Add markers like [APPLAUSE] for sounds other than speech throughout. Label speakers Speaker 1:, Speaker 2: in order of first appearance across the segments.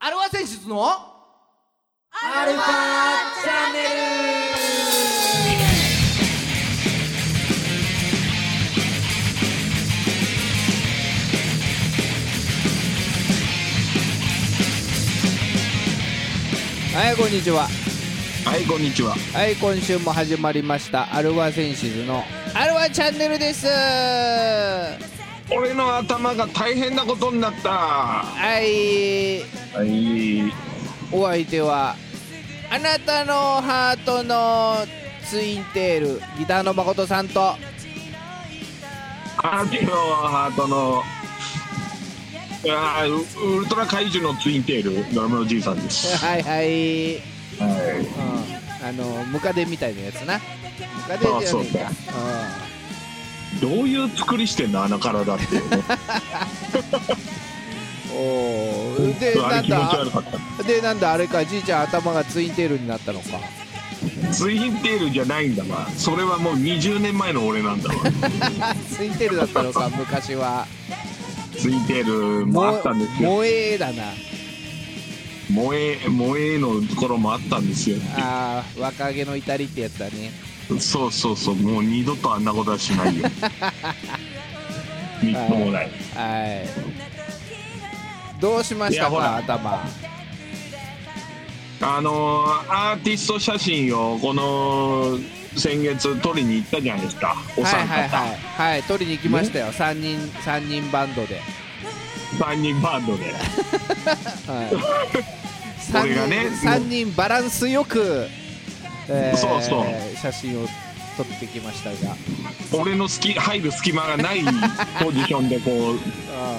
Speaker 1: アルファ選出のアルファチャンネルはいこんにちは
Speaker 2: はい、こんにちは。
Speaker 1: はい今週も始まりましたアルファセンシズのアルファチャンネルですは
Speaker 2: 俺の頭が大変なことになった。はいい。
Speaker 1: お相手はあなたのハートのツインテールギターの誠さんと
Speaker 2: アーティのハートの。あーウウルトラ怪獣のツインテール、ドラムのじいさんです。
Speaker 1: はいはい、うん、
Speaker 2: はい。
Speaker 1: あのムカデみたいなやつなムカデ
Speaker 2: あ、
Speaker 1: じゃ
Speaker 2: そ
Speaker 1: ね
Speaker 2: う
Speaker 1: えか
Speaker 2: か。どういう作りしてんの、あの体っていうね。
Speaker 1: うん、おーで
Speaker 2: あ
Speaker 1: なん
Speaker 2: れ気持ち悪
Speaker 1: だ
Speaker 2: かった。
Speaker 1: でなんだあれかじいちゃん頭がツインテールになったのか
Speaker 2: ツインテールじゃないんだわ。それはもう20年前の俺なんだわ。
Speaker 1: ツインテールだった
Speaker 2: [LAUGHS]
Speaker 1: のか昔は
Speaker 2: ツインテールもあったんですよ。
Speaker 1: 萌えだな
Speaker 2: 萌え、萌えの頃もあったんですよ。
Speaker 1: あー若気の至りってやつだね
Speaker 2: そうそうそうもう二度とあんなことはしない
Speaker 1: [LAUGHS]
Speaker 2: よみっともない
Speaker 1: はいどうしまし
Speaker 2: い
Speaker 1: た
Speaker 2: やほ
Speaker 1: から頭
Speaker 2: あのーアーティスト写真をこの先月撮りに行ったじゃないですかお
Speaker 1: はい
Speaker 2: 三
Speaker 1: はい
Speaker 2: 方、
Speaker 1: はい、はい、取りに行きましたよ三人三人バンドで、
Speaker 2: 三人バンドで
Speaker 1: はい三
Speaker 2: [LAUGHS] 俺
Speaker 1: 人
Speaker 2: がね
Speaker 1: 三人バランスよく、え
Speaker 2: そうそ
Speaker 1: 写真を撮ってきましたが
Speaker 2: 俺の隙入る隙間がないポジションでこう
Speaker 1: うん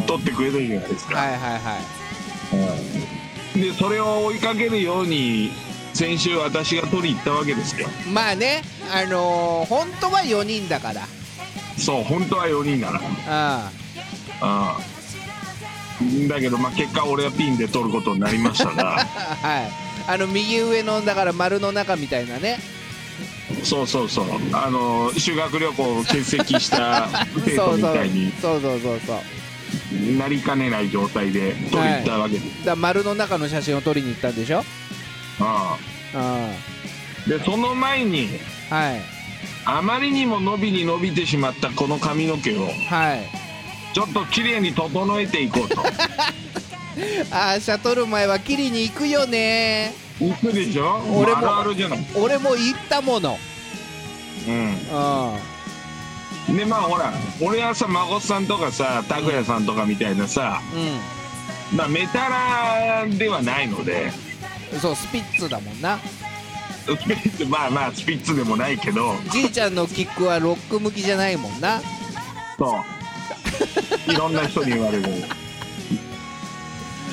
Speaker 2: 撮ってくれてるじゃないですか、
Speaker 1: はいはいはい
Speaker 2: でそれを追いかけるように先週私が撮りに行ったわけですよ
Speaker 1: まあねあのー本当は4人だから
Speaker 2: そう本当は4人なら
Speaker 1: う
Speaker 2: うんだけど、まあ、結果俺はピンで取ることになりました
Speaker 1: [LAUGHS]
Speaker 2: が
Speaker 1: んはいあの右上のだから丸の中みたいなね
Speaker 2: そうそうそうあの修学旅行を欠席
Speaker 1: [LAUGHS]
Speaker 2: した生
Speaker 1: そう
Speaker 2: 徒み
Speaker 1: そう
Speaker 2: たいに
Speaker 1: そうそうそうそう
Speaker 2: なりかねない状態で取りに行ったわけで
Speaker 1: だから丸の中の写真を撮りに行ったんでしょ
Speaker 2: す、
Speaker 1: うんは
Speaker 2: うんでその前に
Speaker 1: い
Speaker 2: あまりにも伸びに伸びてしまったこの髪の毛を
Speaker 1: はい
Speaker 2: ちょっと綺麗に整えていこう
Speaker 1: [LAUGHS]
Speaker 2: と
Speaker 1: あーシャトル前は切りに行くよね
Speaker 2: 行くでしょ
Speaker 1: 俺も
Speaker 2: あるあるじゃない、
Speaker 1: 俺も行ったもの
Speaker 2: う
Speaker 1: うんは
Speaker 2: ん、でまあほら俺はさ孫さんとかさ拓哉さんとかみたいなさ、まあ、メタラではないので
Speaker 1: うんそうスピッツだもんな
Speaker 2: スピッツ [LAUGHS] まあまあスピッツでもないけど
Speaker 1: じいちゃんのキックはロック向きじゃないもんな
Speaker 2: そういろんな人に言われる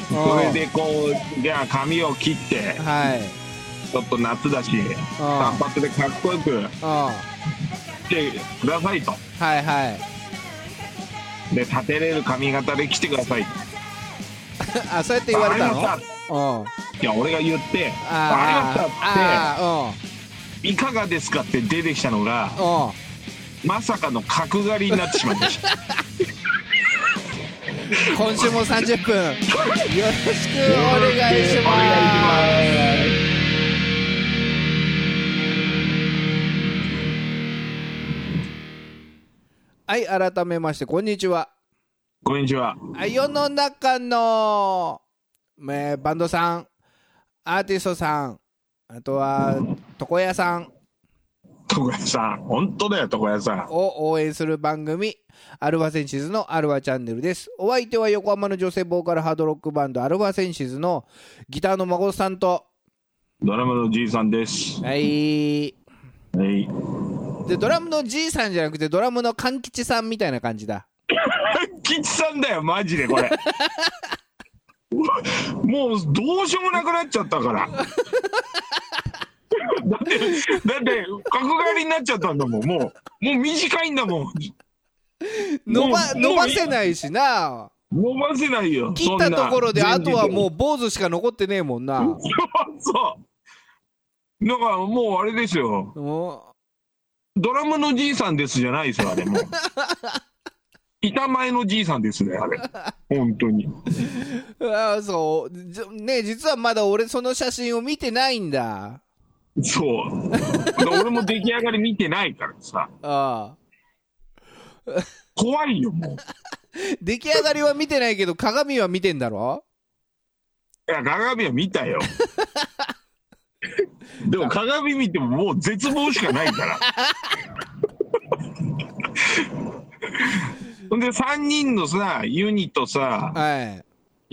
Speaker 2: それでこうじゃあ髪を切って
Speaker 1: うんはい
Speaker 2: ちょっと夏だし単発でかっこよく
Speaker 1: うんは
Speaker 2: してくださいと
Speaker 1: いはい [LAUGHS]
Speaker 2: で立てれる髪型で来てくださいっ
Speaker 1: あそうやって言われたの
Speaker 2: ああり
Speaker 1: うん
Speaker 2: いや俺が言って「ありがとう」っ
Speaker 1: あーあ
Speaker 2: て「いかがですか?」って出てきたのが
Speaker 1: ーうんうん
Speaker 2: まさかの角刈りになってしまいました
Speaker 1: [LAUGHS] 今週も30分よろしくお願いし
Speaker 2: お
Speaker 1: ます
Speaker 2: 願いします
Speaker 1: はい改めましてこんにちは
Speaker 2: こんにちは
Speaker 1: あ世の中の、えーバンドさんアーティストさんあとは床屋さん
Speaker 2: 床屋さん本当だよ床屋さん
Speaker 1: を応援する番組アルファセンシズのアルファチャンネルですお相手は横浜の女性ボーカルハードロックバンドアルファセンシズのギターの孫さんと
Speaker 2: ドラムのじいさんです。
Speaker 1: はい
Speaker 2: はい。
Speaker 1: でドラムのじいさんじゃなくてドラムの勘吉さんみたいな感じだ
Speaker 2: 吉さんだよ、マジでこれ。もうどうしようもなくなっちゃったから。だって、だって、角刈りになっちゃったんだもん、もう。もう短いんだもん。
Speaker 1: 伸ば
Speaker 2: もう
Speaker 1: 伸ばせないしな
Speaker 2: 伸ばせないよ。
Speaker 1: 切ったところであとはも
Speaker 2: う。
Speaker 1: う坊主しか残ってねえもんな
Speaker 2: そうそう。だからもうあれですよ。
Speaker 1: も
Speaker 2: ドラムのじいさんですじゃないですよ、あれもう。板前のじいさんですね、あれ。本当に。
Speaker 1: ああ、そう。じね実はまだ俺その写真を見てないんだ。
Speaker 2: そう。俺も出来上がり見てないからさ。
Speaker 1: ああ。
Speaker 2: 怖いよ、もう。
Speaker 1: 出来上がりは見てないけど、鏡は見てんだろ
Speaker 2: いや、鏡は見
Speaker 1: [LAUGHS]
Speaker 2: たよ。でも鏡見てももう絶望しかない
Speaker 1: [LAUGHS]
Speaker 2: から。ほんで3人のさ、ユニとさ、
Speaker 1: はい。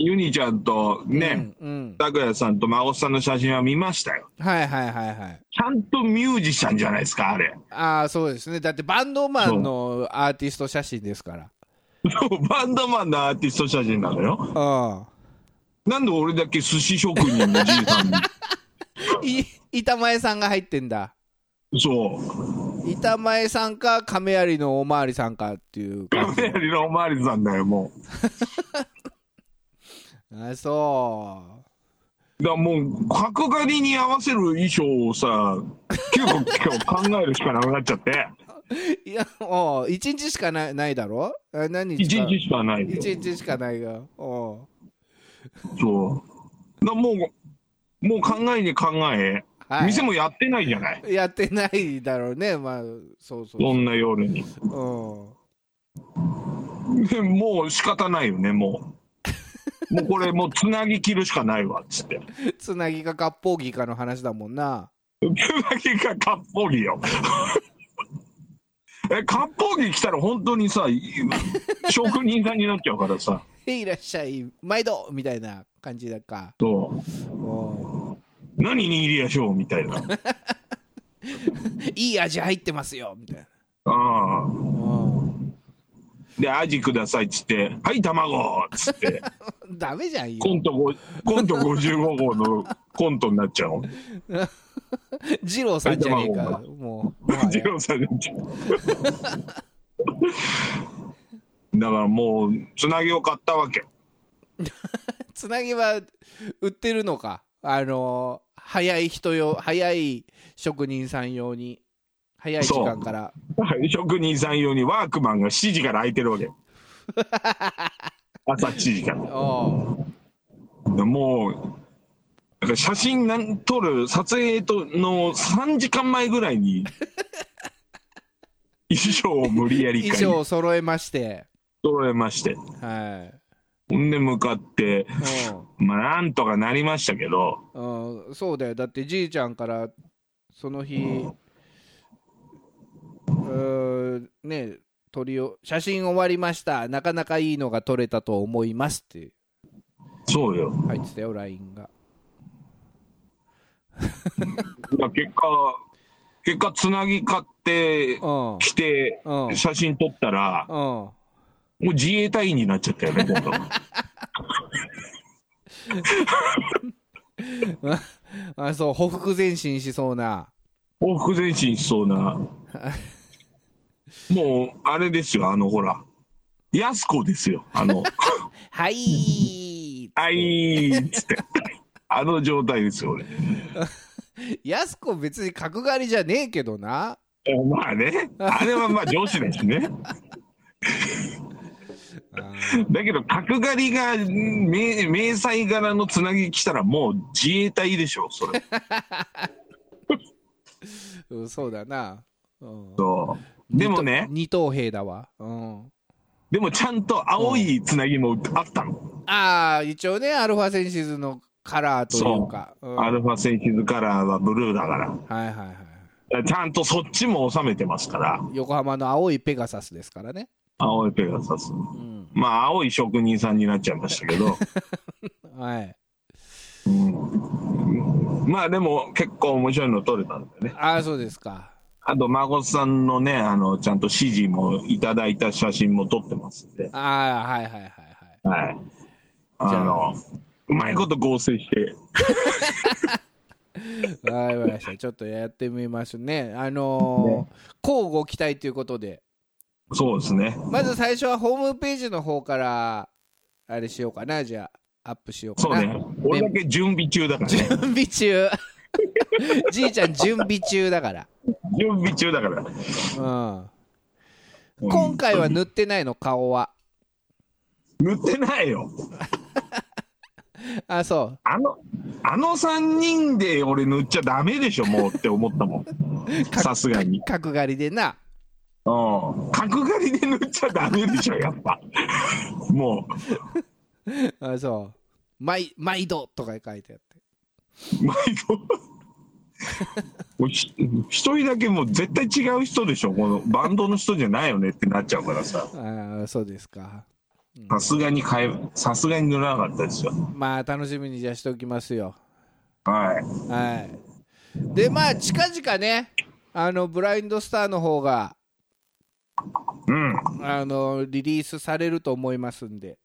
Speaker 2: ユニちゃんとね、
Speaker 1: うん、うん。
Speaker 2: 拓也さんと孫さんの写真は見ましたよ。
Speaker 1: はいはいはいはい。
Speaker 2: ちゃんとミュージシャンじゃないですか、あれ。 [LAUGHS]
Speaker 1: ああ、そうですね。だってバンドマンのアーティスト写真ですから。
Speaker 2: バンドマンのアーティスト写真なのよ。
Speaker 1: うん。
Speaker 2: なんで俺だけ寿司職人のじいさんに。
Speaker 1: い板前さんが入ってんだ
Speaker 2: そう。
Speaker 1: 板前さんか亀有のおまわりさんかっていう
Speaker 2: カ
Speaker 1: 感
Speaker 2: メ
Speaker 1: じ
Speaker 2: ラリのおまわりさんだよ、もう。
Speaker 1: あそ
Speaker 2: だからもう角刈りに合わせる衣装をさ結構今日考えるしかなくなっち
Speaker 1: [LAUGHS]
Speaker 2: ゃって
Speaker 1: ういやおう一日しかないないだろあ何日
Speaker 2: 一
Speaker 1: か
Speaker 2: 日しかないよ
Speaker 1: 一日しかないがお
Speaker 2: そうだからもうもう考えに考え、
Speaker 1: うはい
Speaker 2: 店もやってないじゃない
Speaker 1: やってないだろうねまあそうそう
Speaker 2: そんな夜に
Speaker 1: うん
Speaker 2: でもう仕方ないよねも
Speaker 1: [LAUGHS]
Speaker 2: うもうこれもうつなぎ切るしかないわっつって
Speaker 1: つなぎか割烹着かの話だもんな
Speaker 2: つなぎがかっぽぎよ [LAUGHS] えかっぽぎ来たら本当にさい職人さんになっちゃうからさ
Speaker 1: いらっしゃい毎度みたいな感じだか
Speaker 2: そう
Speaker 1: おう
Speaker 2: 何握りやしょうみたいな。
Speaker 1: いい味入ってますよみたいな
Speaker 2: ああ。
Speaker 1: おう
Speaker 2: で、アジくださいっつって、はい、卵っつって、
Speaker 1: ダメじゃんよ
Speaker 2: コントご、コント55号のコントになっちゃう。
Speaker 1: 二郎さんじゃねえか、
Speaker 2: 頭
Speaker 1: もう。もは
Speaker 2: ジ
Speaker 1: や
Speaker 2: ローさんになっちゃう。だからもう、つなぎを買ったわけ。
Speaker 1: つなぎは売ってるのか、あのー早い人用、早い職人さん用に、早い時間から。
Speaker 2: 職人さん用にワークマンが7時から空いてるわけ。朝7時から。
Speaker 1: お
Speaker 2: でもう、だから写真なん撮る、撮影との3時間前ぐらいに、
Speaker 1: [LAUGHS]
Speaker 2: 衣装を無理や
Speaker 1: う
Speaker 2: り
Speaker 1: 衣
Speaker 2: 買い
Speaker 1: 装を揃えまして、
Speaker 2: 揃えまして。
Speaker 1: は
Speaker 2: ほんで向かって、
Speaker 1: い。
Speaker 2: まあなんとかなりましたけど、
Speaker 1: うん、うん、そうだよ、だってじいちゃんから、その日、うーん、ね、撮りを写真終わりました、なかなかいいのが撮れたと思いますって
Speaker 2: そうよ。
Speaker 1: 入ってたよ、LINE が。
Speaker 2: だから結果、結果つなぎ買って
Speaker 1: うん
Speaker 2: きて、
Speaker 1: うん
Speaker 2: 写真撮ったら、
Speaker 1: うん
Speaker 2: もう自衛隊員になっちゃったよね、今度。
Speaker 1: あそう、ほふ前進しそうな。
Speaker 2: 往復前進しそうな。もう、あれですよ、あの、ほら。やす子ですよ、あの、
Speaker 1: はい
Speaker 2: あいーっつって。あの状態ですよ、俺。
Speaker 1: やす子別に角刈りじゃねえけどな。
Speaker 2: まあね、あれはまあ上司だしね。だけど、角刈りが、迷迷彩柄のつなぎ来たら、もう自衛隊でしょ、それ。
Speaker 1: うん、そうだな。うん、
Speaker 2: そうでもね、
Speaker 1: 二等二等兵だわ。うん、
Speaker 2: でもちゃんと青いつなぎもあったの。
Speaker 1: ああ、一応ね、アルファセンシズのカラーというか。うん
Speaker 2: アルファセンシズカラーはブルーだから。だか
Speaker 1: はいはいはい。
Speaker 2: らちゃんとそっちも収めてますから、
Speaker 1: 横浜の青いペガサスですからね。
Speaker 2: 青いペガサス。
Speaker 1: うん、
Speaker 2: まあ、青い職人さんになっちゃいましたけど、 [LAUGHS]
Speaker 1: はい。
Speaker 2: うんまあでも結構面白いの撮れたんでね。
Speaker 1: ああ、そうですか。
Speaker 2: あと、孫さんのね、あの、ちゃんと指示もいただいた写真も撮ってますんで、
Speaker 1: ああ、はいはいはいはい。
Speaker 2: はい。あ
Speaker 1: じゃ
Speaker 2: の、うまいこと合成して、
Speaker 1: わかりました。ちょっとやってみますね。あのー、交互期待ということで、
Speaker 2: そうですね。
Speaker 1: まず最初はホームページの方から、あれしようかな、じゃあ、アップしようか
Speaker 2: そう
Speaker 1: な。
Speaker 2: ね。俺だけ準備中だからね。
Speaker 1: [LAUGHS] 準備中。
Speaker 2: [LAUGHS]
Speaker 1: じいちゃん、準備中だから。
Speaker 2: 準備中だから。
Speaker 1: うん。
Speaker 2: うん
Speaker 1: 今回は塗ってないの顔は
Speaker 2: 塗ってないよ
Speaker 1: あそ
Speaker 2: あのあの3人で俺塗っちゃダメでしょもうって思っ
Speaker 1: [LAUGHS]
Speaker 2: たもん
Speaker 1: か
Speaker 2: さすがに
Speaker 1: う角刈りでな
Speaker 2: うん角刈りで塗っちゃダメでしょやっぱも
Speaker 1: [LAUGHS] あそう毎毎度とか書いてあって
Speaker 2: う毎度もうひ一人だけもう絶対違う人でしょこのバンドの人じゃないよねってなっちゃうからさ
Speaker 1: ああそうですか
Speaker 2: さすがに変えさすがに塗らなかったですよ
Speaker 1: まあ楽しみにじゃあしておきますよ
Speaker 2: はい
Speaker 1: はいでまあ近々ねあのブラインドスターの方が
Speaker 2: うん
Speaker 1: あのリリースされると思いますんで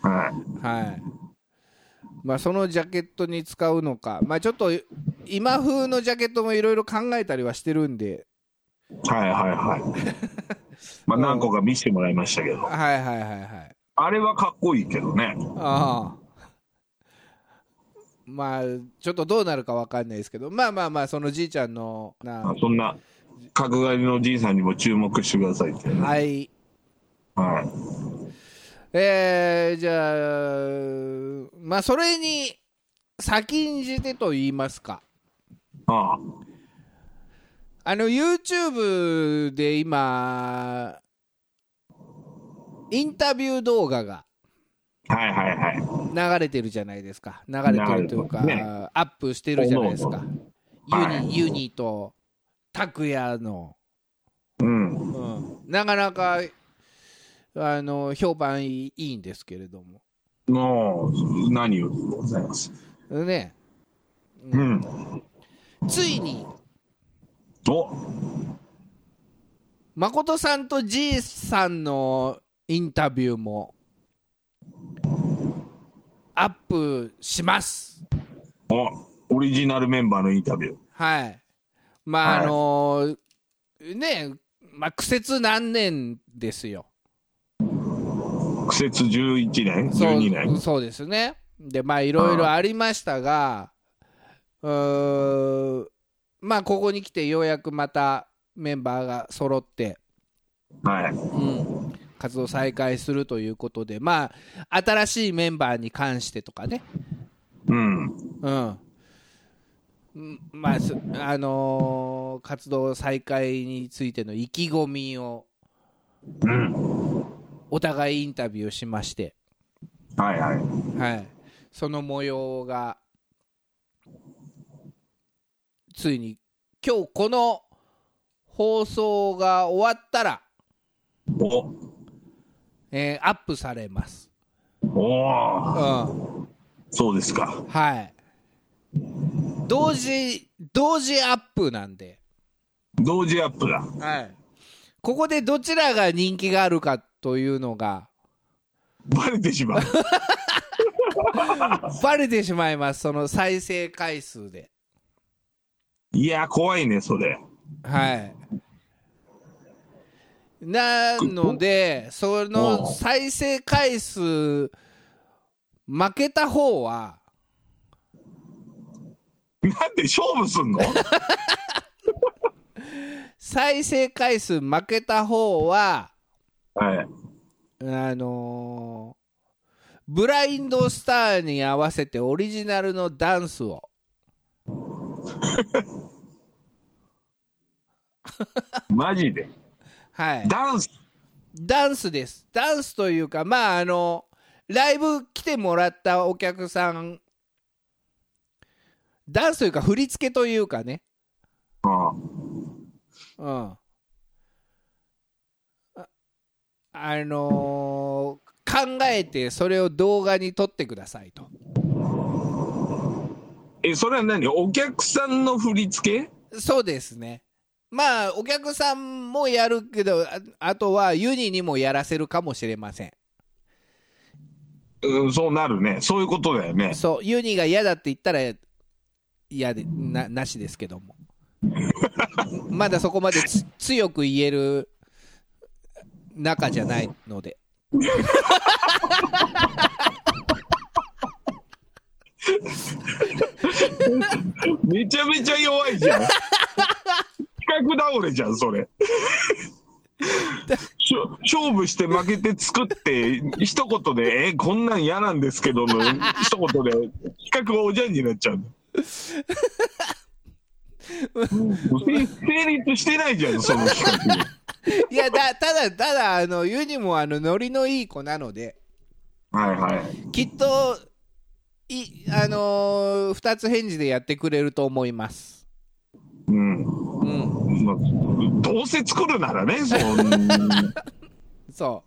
Speaker 2: はい
Speaker 1: はいまあそのジャケットに使うのかまあちょっと今風のジャケットもいろいろ考えたりはしてるんで
Speaker 2: はいはいはい。まあ何個か見せてもらいましたけど、
Speaker 1: はいはいはいはい
Speaker 2: あれはかっこいいけどね。
Speaker 1: ああまあちょっとどうなるかわかんないですけどまあまあまあそのじいちゃんのな
Speaker 2: あそんな角刈りのじいさんにも注目してくださいっていうね。
Speaker 1: はい
Speaker 2: はい。
Speaker 1: えー、じゃあまあそれに先んじてと言いますか
Speaker 2: ああ、
Speaker 1: あの YouTube で今インタビュー動画が
Speaker 2: はいはいはい。
Speaker 1: 流れてるじゃないですか流れてるというか、
Speaker 2: 流れてます
Speaker 1: アップしてるじゃないですかユニ,、
Speaker 2: はい
Speaker 1: ユニと拓哉の、
Speaker 2: うん。
Speaker 1: うんなかなかあの評判いいいいんですけれども
Speaker 2: の何よりでございます。
Speaker 1: ね
Speaker 2: うん。
Speaker 1: ついに
Speaker 2: お
Speaker 1: 誠さんとじいさんのインタビューもアップします
Speaker 2: おオリジナルメンバーのインタビュー。
Speaker 1: はい。まあ、
Speaker 2: はい
Speaker 1: あのーねえ、まあ、苦節何年ですよ。
Speaker 2: 苦節11年
Speaker 1: そう
Speaker 2: ?12 年
Speaker 1: そうですね。で、まあ、いろいろありましたが、うーんまあ、ここに来てようやくまたメンバーが揃って、
Speaker 2: はい。
Speaker 1: うん、活動再開するということで、まあ、新しいメンバーに関してとかね、
Speaker 2: うん。
Speaker 1: うん、うんまあ、すあのー活動再開についての意気込みを
Speaker 2: うん。
Speaker 1: お互いインタビューをしまして、
Speaker 2: はいはい。
Speaker 1: はい、その模様がついに今日この放送が終わったら、
Speaker 2: お
Speaker 1: えーアップされます。う
Speaker 2: おー
Speaker 1: ん、
Speaker 2: そうですか。
Speaker 1: はい同時同時アップなんで、
Speaker 2: 同時アップだ。
Speaker 1: はい、ここでどちらが人気があるかというのが
Speaker 2: バレてしまう。
Speaker 1: バレてしまいますその再生回数で
Speaker 2: いや、怖いね、それ。
Speaker 1: はい。なので、その再生回数、負けた方は、
Speaker 2: なんで勝負すんの
Speaker 1: 再生回数負けた方は、
Speaker 2: はい。
Speaker 1: あのーブラインドスターに合わせてオリジナルのダンスを、
Speaker 2: マジで。
Speaker 1: はい、
Speaker 2: ダンス。
Speaker 1: ダンスです。ダンスというか、まあ、あの、ライブ来てもらったお客さん、ダンスというか、振り付けというかね、
Speaker 2: ああ
Speaker 1: うん。ああのー考えてそれを動画に撮ってくださいと。
Speaker 2: え、それは何お客さんの振り付け
Speaker 1: そうですね。まあ、お客さんもやるけど、ああとはユニにもやらせるかもしれません。
Speaker 2: うん、そうなるね。そういうことだよね。
Speaker 1: そう、ユニが嫌だって言ったら嫌でななしですけども。まだそこまでつ強く言える仲じゃないので。
Speaker 2: めちゃめちゃ弱いじゃん。企画倒れじゃん、それ。しょ勝負して負けて作って、一言で、え、こんなん嫌なんですけどの、一言で、企画がおじゃんになっちゃうの。せ成立してないじゃん、その企画。
Speaker 1: いやだただただあのユニもあのノリのいい子なので
Speaker 2: はいはい。
Speaker 1: きっといあのー、2つ返事でやってくれると思います
Speaker 2: うん。
Speaker 1: うん
Speaker 2: まあどうせ作るならね、そん
Speaker 1: そ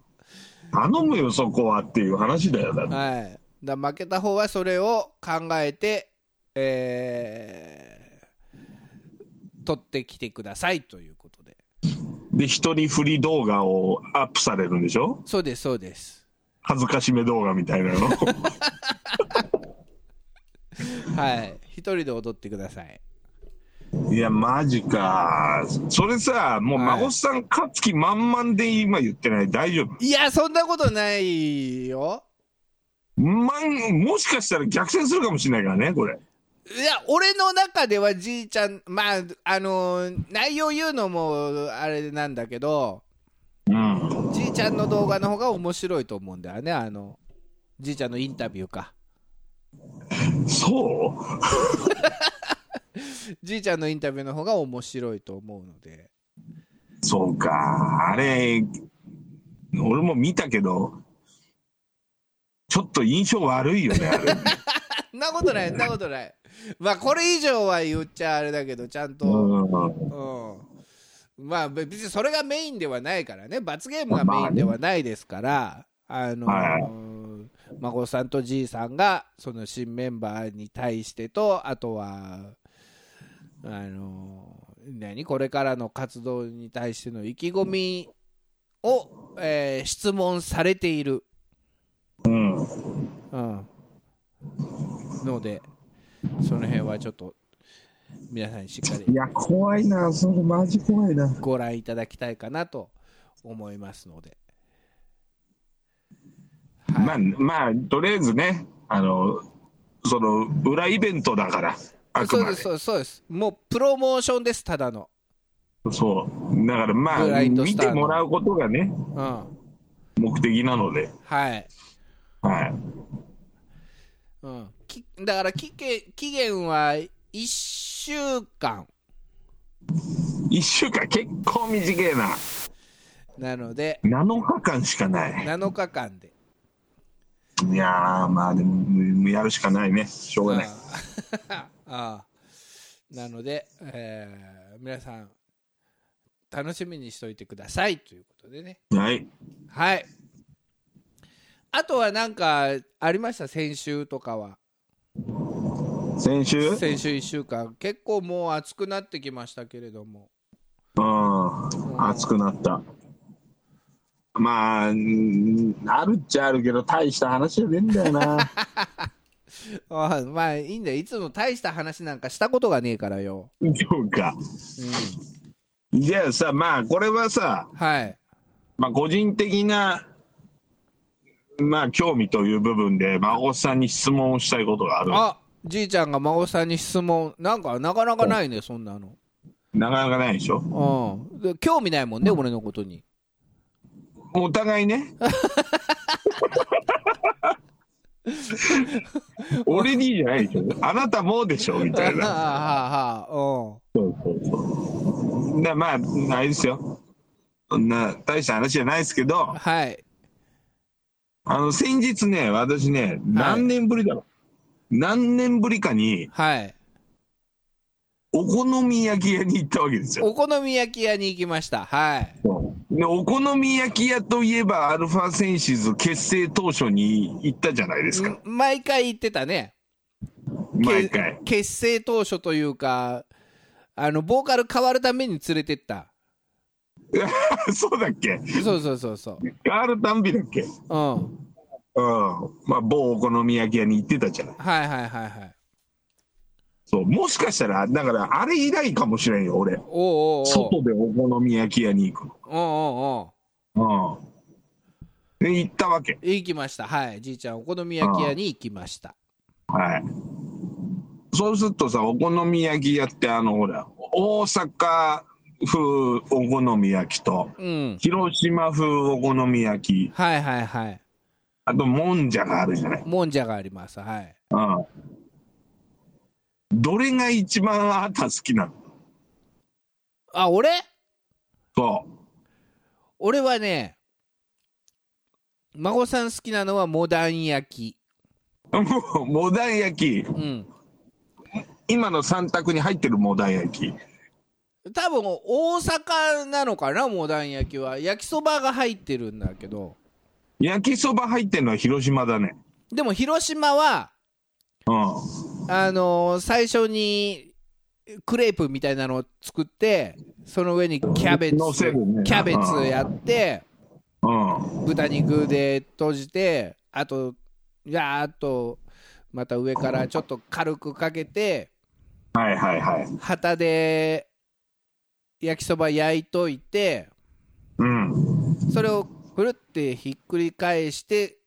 Speaker 2: 頼むよ、そこはっていう話だよ、だっ
Speaker 1: う
Speaker 2: て。
Speaker 1: はいだ負けた方はそれを考えてえー、取ってきてくださいということで
Speaker 2: で、一人振り動画をアップされるんでしょ
Speaker 1: そうですそうです
Speaker 2: 恥ずかしめ動画みたいなの。
Speaker 1: はい一人で踊ってください
Speaker 2: [LAUGHS] いや、マジか。それさ、もう
Speaker 1: はい
Speaker 2: 孫さん、勝つ気満々で今言ってない。大丈夫。
Speaker 1: いやそんなことないよ
Speaker 2: まん、もしかしたら逆転するかもしれないからね、これ。
Speaker 1: いや俺の中ではじいちゃんまああのー内容言うのもあれなんだけど
Speaker 2: うん。
Speaker 1: じいちゃんの動画の方が面白いと思うんだよねあのじいちゃんのインタビューか
Speaker 2: そう
Speaker 1: じいちゃんのインタビューの方が面白いと思うので
Speaker 2: そうか。あれ、俺も見たけど、ちょっと印象悪いよね、あれ。
Speaker 1: そんなことないそんなことないまあこれ以上は言っちゃあれだけどちゃんと
Speaker 2: う
Speaker 1: うんまあ別にそれがメインではないからね罰ゲームがメインではないですからあのー
Speaker 2: は
Speaker 1: 孫さんとじいさんがその新メンバーに対してとあとはあのー何これからの活動に対しての意気込みを、えー質問されている、
Speaker 2: ん。うん。
Speaker 1: うん、のでその辺はちょっと皆さんにしっかり
Speaker 2: [LAUGHS] いや、怖いな。それマジ怖いな。
Speaker 1: ご覧いただきたいかなと思いますので。
Speaker 2: ま
Speaker 1: は
Speaker 2: あ、
Speaker 1: い
Speaker 2: まあ、とりあえずね、あの、その、裏イベントだから、あく
Speaker 1: そう
Speaker 2: ま
Speaker 1: で。
Speaker 2: です
Speaker 1: そうですそうですもうプロモーションですただの
Speaker 2: そう。だからま
Speaker 1: ブラ
Speaker 2: あ、
Speaker 1: インド
Speaker 2: 見
Speaker 1: スター
Speaker 2: て
Speaker 1: の
Speaker 2: もらうことがね、
Speaker 1: うん
Speaker 2: 目的なので。
Speaker 1: はい、
Speaker 2: はい。
Speaker 1: うん、きだから期限期限は1週間
Speaker 2: 1週間、結構短いな。
Speaker 1: なので
Speaker 2: 7日間しかない。
Speaker 1: 7日間で
Speaker 2: いやー、まあ、でも、やるしかないね。しょうがない。
Speaker 1: ああ [LAUGHS] なので、えー皆さん楽しみにしておいてくださいということでね
Speaker 2: はい。
Speaker 1: はいあとはなんかありました先週とかは
Speaker 2: 先週うん。
Speaker 1: 先週1週間結構もう暑くなってきましたけれども
Speaker 2: 暑くなった。まあ、うんあるっちゃあるけど、大した話じゃねえんだ
Speaker 1: [LAUGHS]
Speaker 2: よな。
Speaker 1: [LAUGHS] あまあいいんだよいつも大した話なんかしたことがねえからよ、
Speaker 2: そうか。
Speaker 1: うん、
Speaker 2: じゃあさ、まあ、これはさ、
Speaker 1: はい
Speaker 2: まあ、個人的な、まあ、興味という部分で、孫さんに質問をしたいことがある。
Speaker 1: あじいちゃんが孫さんに質問なんかなかなかないねそんなの
Speaker 2: なかなかないでしょ。
Speaker 1: うんで興味ないもんね俺のことに
Speaker 2: お互いね。俺にじゃないでしょ。あなたもでしょ
Speaker 1: [LAUGHS]
Speaker 2: み
Speaker 1: あ
Speaker 2: た
Speaker 1: はい
Speaker 2: な。
Speaker 1: はは
Speaker 2: そうそうそう。なまあ、あれですよ。そんな大した話じゃないですけ
Speaker 1: うん
Speaker 2: ど、
Speaker 1: はい
Speaker 2: あの、先日ね、私ね、何年ぶりだろう。何年ぶりかに、
Speaker 1: はい
Speaker 2: お好み焼き屋に行ったわけですよ。
Speaker 1: お好み焼き屋に行きましたはい
Speaker 2: でお好み焼き屋といえば、アルファセンシズ結成当初に行ったじゃないですか、
Speaker 1: うん毎回行ってたねけ
Speaker 2: 毎回。
Speaker 1: 結成当初というかあのボーカル変わるために連れてった
Speaker 2: [LAUGHS] そうだっけ
Speaker 1: そうそうそうそう
Speaker 2: 変わるたんびだっけ
Speaker 1: うん
Speaker 2: うん。まあ、某お好み焼き屋に行ってたじゃない。
Speaker 1: はいはいはいはい
Speaker 2: そう。もしかしたら、だから、あれ以来かもしれんよ、俺。
Speaker 1: おうおうおう
Speaker 2: 外でお好み焼き屋に行く
Speaker 1: おうお
Speaker 2: の。うん。で、行ったわけ。
Speaker 1: うおう行きましたはいじいちゃんお好み焼き屋に行きました
Speaker 2: はい。そうするとさ、お好み焼き屋って、あの、ほら、大阪風お好み焼きと、
Speaker 1: うん。
Speaker 2: 広島風お好み焼き、
Speaker 1: はいはいはい。
Speaker 2: あともんじゃがあるじゃない。
Speaker 1: もんじゃがあります。はい。
Speaker 2: うん。どれが一番あなた好きなの
Speaker 1: あ、俺
Speaker 2: そ
Speaker 1: 俺はね、孫さん好きなのはモダン焼き。
Speaker 2: う。もう、 [LAUGHS] モダン焼き。
Speaker 1: うん。
Speaker 2: 今の三択に入ってるモダン焼き。
Speaker 1: 多分大阪なのかな、モダン焼きは。焼きそばが入ってるんだけど。
Speaker 2: 焼きそば入ってるのは広島だね。
Speaker 1: でも広島は、
Speaker 2: うん。
Speaker 1: あのー最初にクレープみたいなのを作ってその上にキャベツ、
Speaker 2: 乗せるね
Speaker 1: キャベツやって
Speaker 2: うん。
Speaker 1: 豚肉で閉じてあとやーっとまた上からちょっと軽くかけて
Speaker 2: はいはいはい。
Speaker 1: 旗で焼きそば焼いといて
Speaker 2: うん。
Speaker 1: それをくるってひっくり返して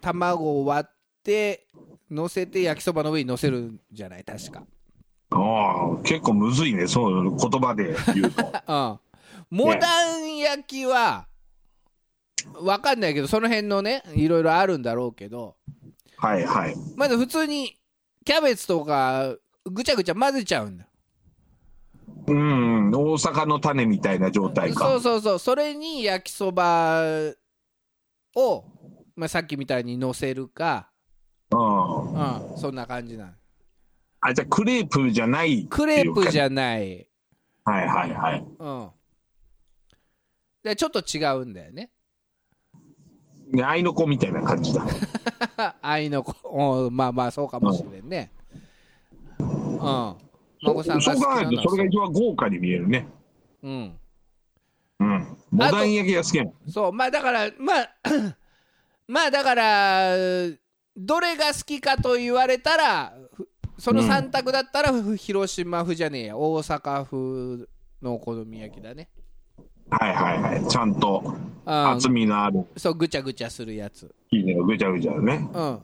Speaker 1: 卵を割って乗せて焼きそばの上に乗せるんじゃない確か。
Speaker 2: ああ、結構むずいね、そう、言葉で言
Speaker 1: [LAUGHS]
Speaker 2: うと。
Speaker 1: うん、モダン焼きは分かんないけどその辺のねいろいろあるんだろうけど
Speaker 2: はいはい。
Speaker 1: まず普通にキャベツとかぐちゃぐちゃ混ぜちゃうんだ
Speaker 2: うん、うん大阪の種みたいな状態か。
Speaker 1: そうそうそうそれに焼きそばを、まあ、さっきみたいにのせるか、
Speaker 2: うん。
Speaker 1: うん、そんな感じなの
Speaker 2: あ、じゃあクレープじゃないっていうか
Speaker 1: クレープじゃない、
Speaker 2: はいはいはい。
Speaker 1: うん、でちょっと違うんだよね
Speaker 2: ね愛の子みたいな感じだ。
Speaker 1: [LAUGHS] 愛の子うんまあまあそうかもしれんねうん孫さん
Speaker 2: そ
Speaker 1: が好
Speaker 2: う
Speaker 1: き
Speaker 2: 考え
Speaker 1: な
Speaker 2: る
Speaker 1: のは
Speaker 2: と、それが
Speaker 1: う
Speaker 2: 一番豪華に見えるね。
Speaker 1: うん
Speaker 2: うん。モダン焼きが好きなの。
Speaker 1: そうまあだからまあ [COUGHS] まあだからどれが好きかと言われたらふその
Speaker 2: うん
Speaker 1: 3択だったら、ふ広島風じゃねえや大阪風のお好み焼きだね
Speaker 2: はいはいはい。ちゃんと
Speaker 1: うん
Speaker 2: 厚みのある
Speaker 1: そうぐちゃぐちゃするやつ
Speaker 2: 生地のぐちゃぐちゃのね。
Speaker 1: うん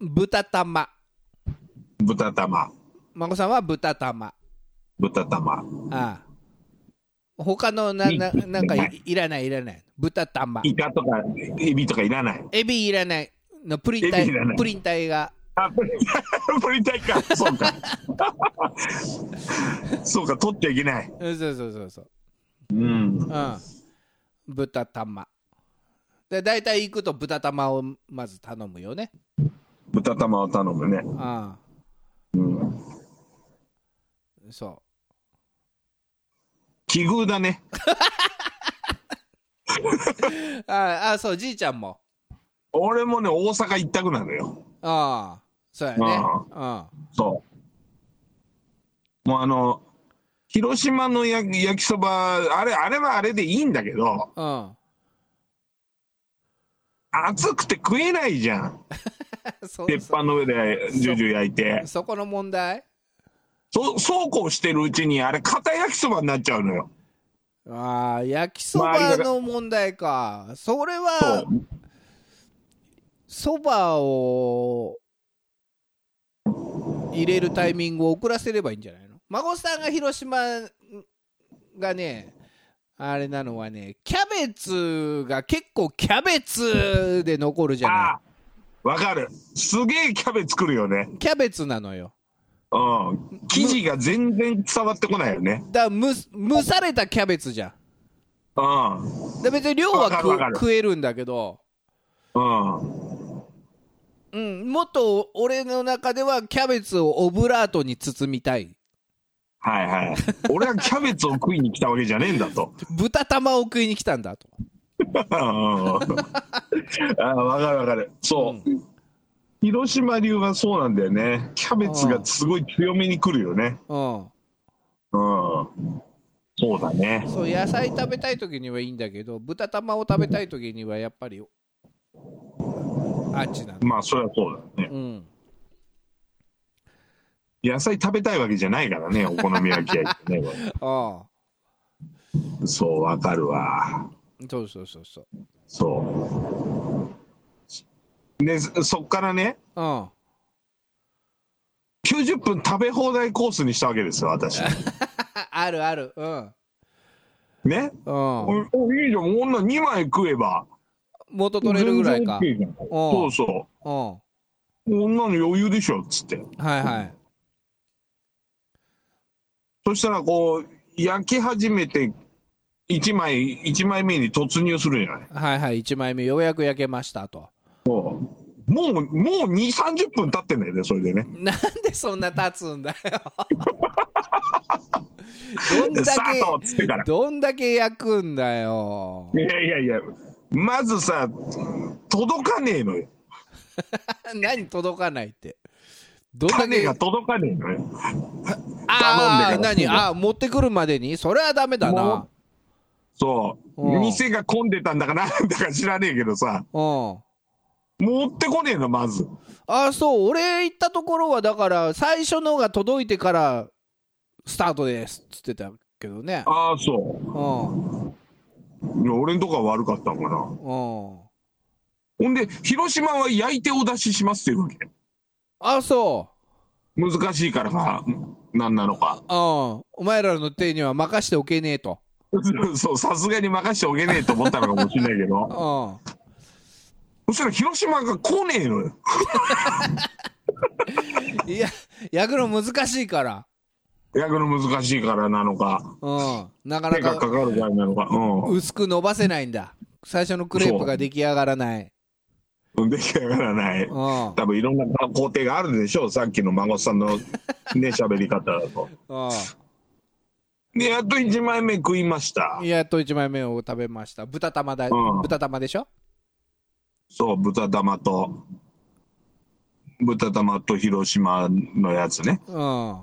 Speaker 1: 豚玉
Speaker 2: 豚玉、
Speaker 1: 孫さんは豚玉
Speaker 2: 豚玉。
Speaker 1: ああ他のなななんか
Speaker 2: はい
Speaker 1: いらないいらない豚玉
Speaker 2: イカとかエビとかいらない。
Speaker 1: エビいらないのプリン体
Speaker 2: エビいらない
Speaker 1: プリン体が
Speaker 2: あ、プリプリン体か。そう
Speaker 1: [LAUGHS]
Speaker 2: か。そうか、取っちゃいけない。
Speaker 1: うんそうそうそうそう
Speaker 2: うん。
Speaker 1: うん豚玉で大体行くと豚玉をまず頼むよね
Speaker 2: 豚玉を頼むね。
Speaker 1: あ
Speaker 2: うん。
Speaker 1: あそ
Speaker 2: 奇遇だね。
Speaker 1: うあああそうじいちゃんも
Speaker 2: 俺もね、大阪一択なのよ。
Speaker 1: ああそうやねうん
Speaker 2: そう。もうあの、広島のや焼きそば、あれ、あれはあれでいいんだけど、
Speaker 1: うん [LAUGHS]
Speaker 2: 熱くて食えないじゃん。
Speaker 1: そ
Speaker 2: 鉄板の上でジュージュー焼いて。
Speaker 1: そこの問題
Speaker 2: そそうこうしてるうちに、あれ、片焼きそばになっちゃうのよ。
Speaker 1: ああ焼きそばの問題かそれ
Speaker 2: そ
Speaker 1: は
Speaker 2: う。
Speaker 1: そばを入れるタイミングを遅らせればいいんじゃないの孫さんが広島がねあれなのはねキャベツが結構キャベツで残るじゃな
Speaker 2: あーわかる。すげえキャベツくるよね。
Speaker 1: いキャベツなのよ
Speaker 2: うん。生地が全然伝わってこないよね。
Speaker 1: だから蒸す蒸されたキャベツじゃん
Speaker 2: うん。
Speaker 1: だから別に量は
Speaker 2: わかる
Speaker 1: 食
Speaker 2: わかる
Speaker 1: 食えるんだけど、
Speaker 2: うん。
Speaker 1: うん、もっと俺の中ではキャベツをオブラートに包みたい
Speaker 2: はい [LAUGHS] はい。俺はキャベツを食いに来たわけじゃねえんだと。
Speaker 1: 豚玉を食いに来たんだと
Speaker 2: ああ、わかるわかる。そう、広島流はそうなんだよね。キャベツがすごい強めに来るよね。
Speaker 1: うん
Speaker 2: うん。そうだね。
Speaker 1: そう野菜食べたい時にはいいんだけど豚玉を食べたい時にはやっぱりあっちなの
Speaker 2: まあ、そりゃそうだね。
Speaker 1: うん
Speaker 2: 野菜食べたいわけじゃないからね、お好み焼き屋行ってね。
Speaker 1: ああ [LAUGHS]
Speaker 2: そう、わかるわ。
Speaker 1: そうそうそうそう
Speaker 2: そう。で、そっからね、
Speaker 1: うん [LAUGHS]
Speaker 2: 90分食べ放題コースにしたわけですよ、私。
Speaker 1: あるあるうん
Speaker 2: ね、
Speaker 1: うん、
Speaker 2: おおいいじゃんこんな2枚食えば
Speaker 1: 元取れるぐらいか、
Speaker 2: 全然 OK じゃんそうそ
Speaker 1: うん、は
Speaker 2: うこんなの余裕でしょっつって
Speaker 1: いはい
Speaker 2: そしたらこう焼き始めて1枚一枚目に突入するじゃない
Speaker 1: はいはい1枚目ようやく焼けましたと
Speaker 2: そうもうもう2 3 0分経ってんだよねそれでね
Speaker 1: なんでそんな経つんだよどん
Speaker 2: で
Speaker 1: だ
Speaker 2: スタートっ
Speaker 1: け
Speaker 2: つってから
Speaker 1: どんだけ焼くんだよ
Speaker 2: いやいやいやまずさ届かねえのよ
Speaker 1: 何届かないってどんだ
Speaker 2: 種
Speaker 1: け
Speaker 2: が届かねえのよ
Speaker 1: ああ
Speaker 2: 頼んでから
Speaker 1: 何あー持ってくるまでにそれはダメだな
Speaker 2: そう、
Speaker 1: うん
Speaker 2: 店が混んでたんだかなんだか知らねえけどさ
Speaker 1: うん
Speaker 2: 持ってこねえのまず
Speaker 1: ああそう俺行ったところはだから最初のが届いてからスタートですっつってたけどね
Speaker 2: ああそ
Speaker 1: うん
Speaker 2: ういや俺んとこは悪かったのかな
Speaker 1: うん
Speaker 2: ほんで広島は焼いてお出ししますっていうわけ
Speaker 1: ああそ
Speaker 2: 難しいからかなんなのか
Speaker 1: ううんお前らの手には任しておけねえと
Speaker 2: [LAUGHS] そうさすがに任しておけねえと思ったのかもしれないけ
Speaker 1: う [LAUGHS]
Speaker 2: ど
Speaker 1: ん
Speaker 2: そしたら広島が来ねえのよ
Speaker 1: いや焼くの難しいから
Speaker 2: 焼くの難しいからなのか
Speaker 1: うんなか
Speaker 2: 手
Speaker 1: な
Speaker 2: がか
Speaker 1: か
Speaker 2: かるからなのかう
Speaker 1: 薄く伸ばせないんだ最初のクレープが出来上がらない
Speaker 2: んでき上がらない
Speaker 1: うんうん
Speaker 2: 多分いろんな工程があるでしょうさっきの孫さんのね喋り方だ
Speaker 1: [LAUGHS]
Speaker 2: とでやっと1枚目食いました
Speaker 1: やっと1枚目を食べました豚玉だ、
Speaker 2: うん
Speaker 1: 豚玉でしょ
Speaker 2: そう豚玉と豚玉と広島のやつね
Speaker 1: うん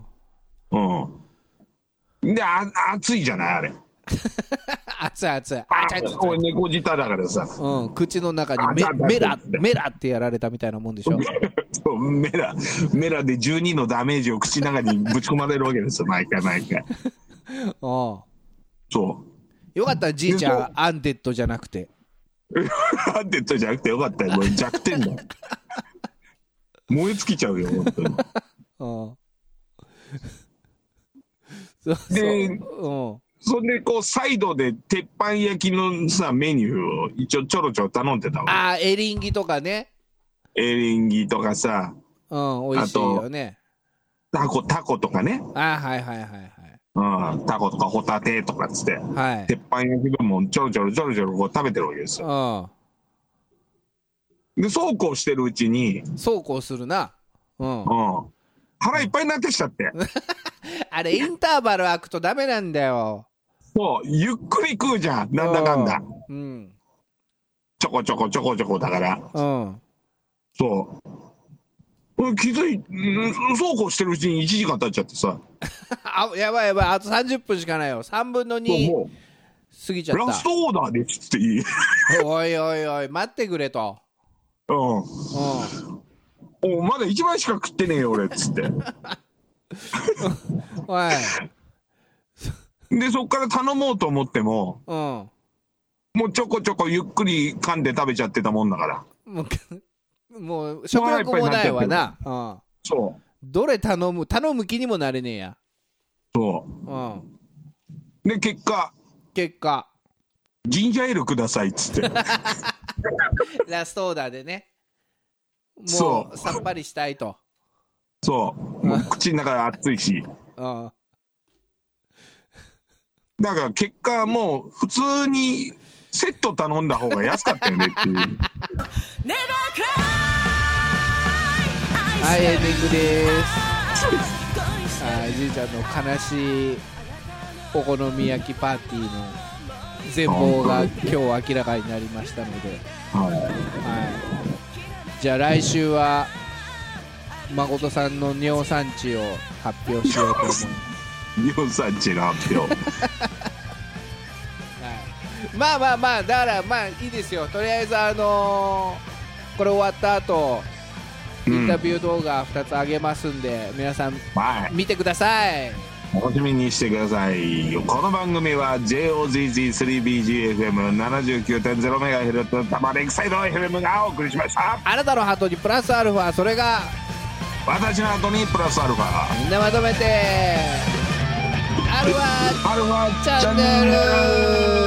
Speaker 2: うんであ熱いじゃないあれ
Speaker 1: 熱い熱い
Speaker 2: あ
Speaker 1: 熱い熱い
Speaker 2: 俺猫舌だからさ
Speaker 1: うん、口の中に
Speaker 2: あだだ
Speaker 1: メメラメラってやられたみたいなもんでしょ
Speaker 2: そうメラメラで12のダメージを口の中にぶち込まれるわけですよ毎回毎回
Speaker 1: うん
Speaker 2: そ [LAUGHS]
Speaker 1: よかったじいちゃ
Speaker 2: で
Speaker 1: んアンデッドじゃなくて
Speaker 2: うなんて言ったじゃなくてよかったよこれ弱点だよ燃え尽きちゃうよ本当に
Speaker 1: うんそうそう
Speaker 2: で
Speaker 1: うん
Speaker 2: そんでこうサイドで鉄板焼きのさメニューを一応ちょろちょろ頼んでたわ
Speaker 1: ああエリンギとかね
Speaker 2: エリンギとかさ
Speaker 1: うん美味しいよね
Speaker 2: タコタコとかね、
Speaker 1: あーはいはいはい
Speaker 2: うん、タコとかホタテとかっつって
Speaker 1: はいはい
Speaker 2: 鉄板焼き部門ちょろちょろちょろちょろこう食べてるわけですよ
Speaker 1: う
Speaker 2: でそうこうしてるうちに、
Speaker 1: んそうこうするなうん
Speaker 2: うん、腹いっぱいになってきちゃって
Speaker 1: あれインターバル開くとダメなんだよ
Speaker 2: そうゆっくり食うじゃんなんだかんだ
Speaker 1: うん
Speaker 2: ちょこちょこちょこちょこだから
Speaker 1: うん
Speaker 2: そううん気づいうんそうこうしてるうちに1時間経っちゃってさ
Speaker 1: あやばいやばいあと30分しかないよ3分の2
Speaker 2: も
Speaker 1: 過ぎちゃ
Speaker 2: う
Speaker 1: った
Speaker 2: ラストオーダーですっていい
Speaker 1: おいおいおい待ってくれと、
Speaker 2: うん
Speaker 1: う
Speaker 2: おまだ一枚しか食ってねえよ俺っつ [LAUGHS] って
Speaker 1: ん、おい、
Speaker 2: でそっから頼もうと思っても
Speaker 1: うん、も
Speaker 2: もうちょこちょこゆっくり噛んで食べちゃってたもんだから
Speaker 1: う、もう食欲もないわな、う
Speaker 2: そう
Speaker 1: うん、どれ頼む、頼む気にもなれねえや、
Speaker 2: そ
Speaker 1: うん、
Speaker 2: うで結果
Speaker 1: 結果、
Speaker 2: ジンジャーエールくださいっつって [LAUGHS]
Speaker 1: ラストオーダーでね、も
Speaker 2: そう
Speaker 1: さっぱりしたいと、
Speaker 2: そうもう口の中が熱いし
Speaker 1: うん、
Speaker 2: だから結果もう普通にセット頼んだ方が安かったよねっていう
Speaker 3: Never cry
Speaker 1: はい、エンディングでーす。
Speaker 3: 恋し
Speaker 1: はい、じいちゃんの悲しいお好み焼きパーティーの全貌が今日明らかになりましたので。
Speaker 2: は
Speaker 1: はい、じゃあ来週は誠さんの尿酸値を発表しようと思います、はい
Speaker 2: 日本産地の発表
Speaker 1: い、まあまあまあだからまあいいですよとりあえずあのーこれ終わった後イ
Speaker 2: うん
Speaker 1: ンタビュー動画2つあげますんで、皆さん
Speaker 2: はい
Speaker 1: 見てください
Speaker 2: 楽しみにしてくださいこの番組は JOZZ3BGFM79.0MHz タマレクサイド FM がお送りしました
Speaker 1: あなたのハートにプラスアルファそれが
Speaker 2: 私の後にプラスアルファ
Speaker 1: みんなまとめて春は
Speaker 2: 春は
Speaker 1: チャンネル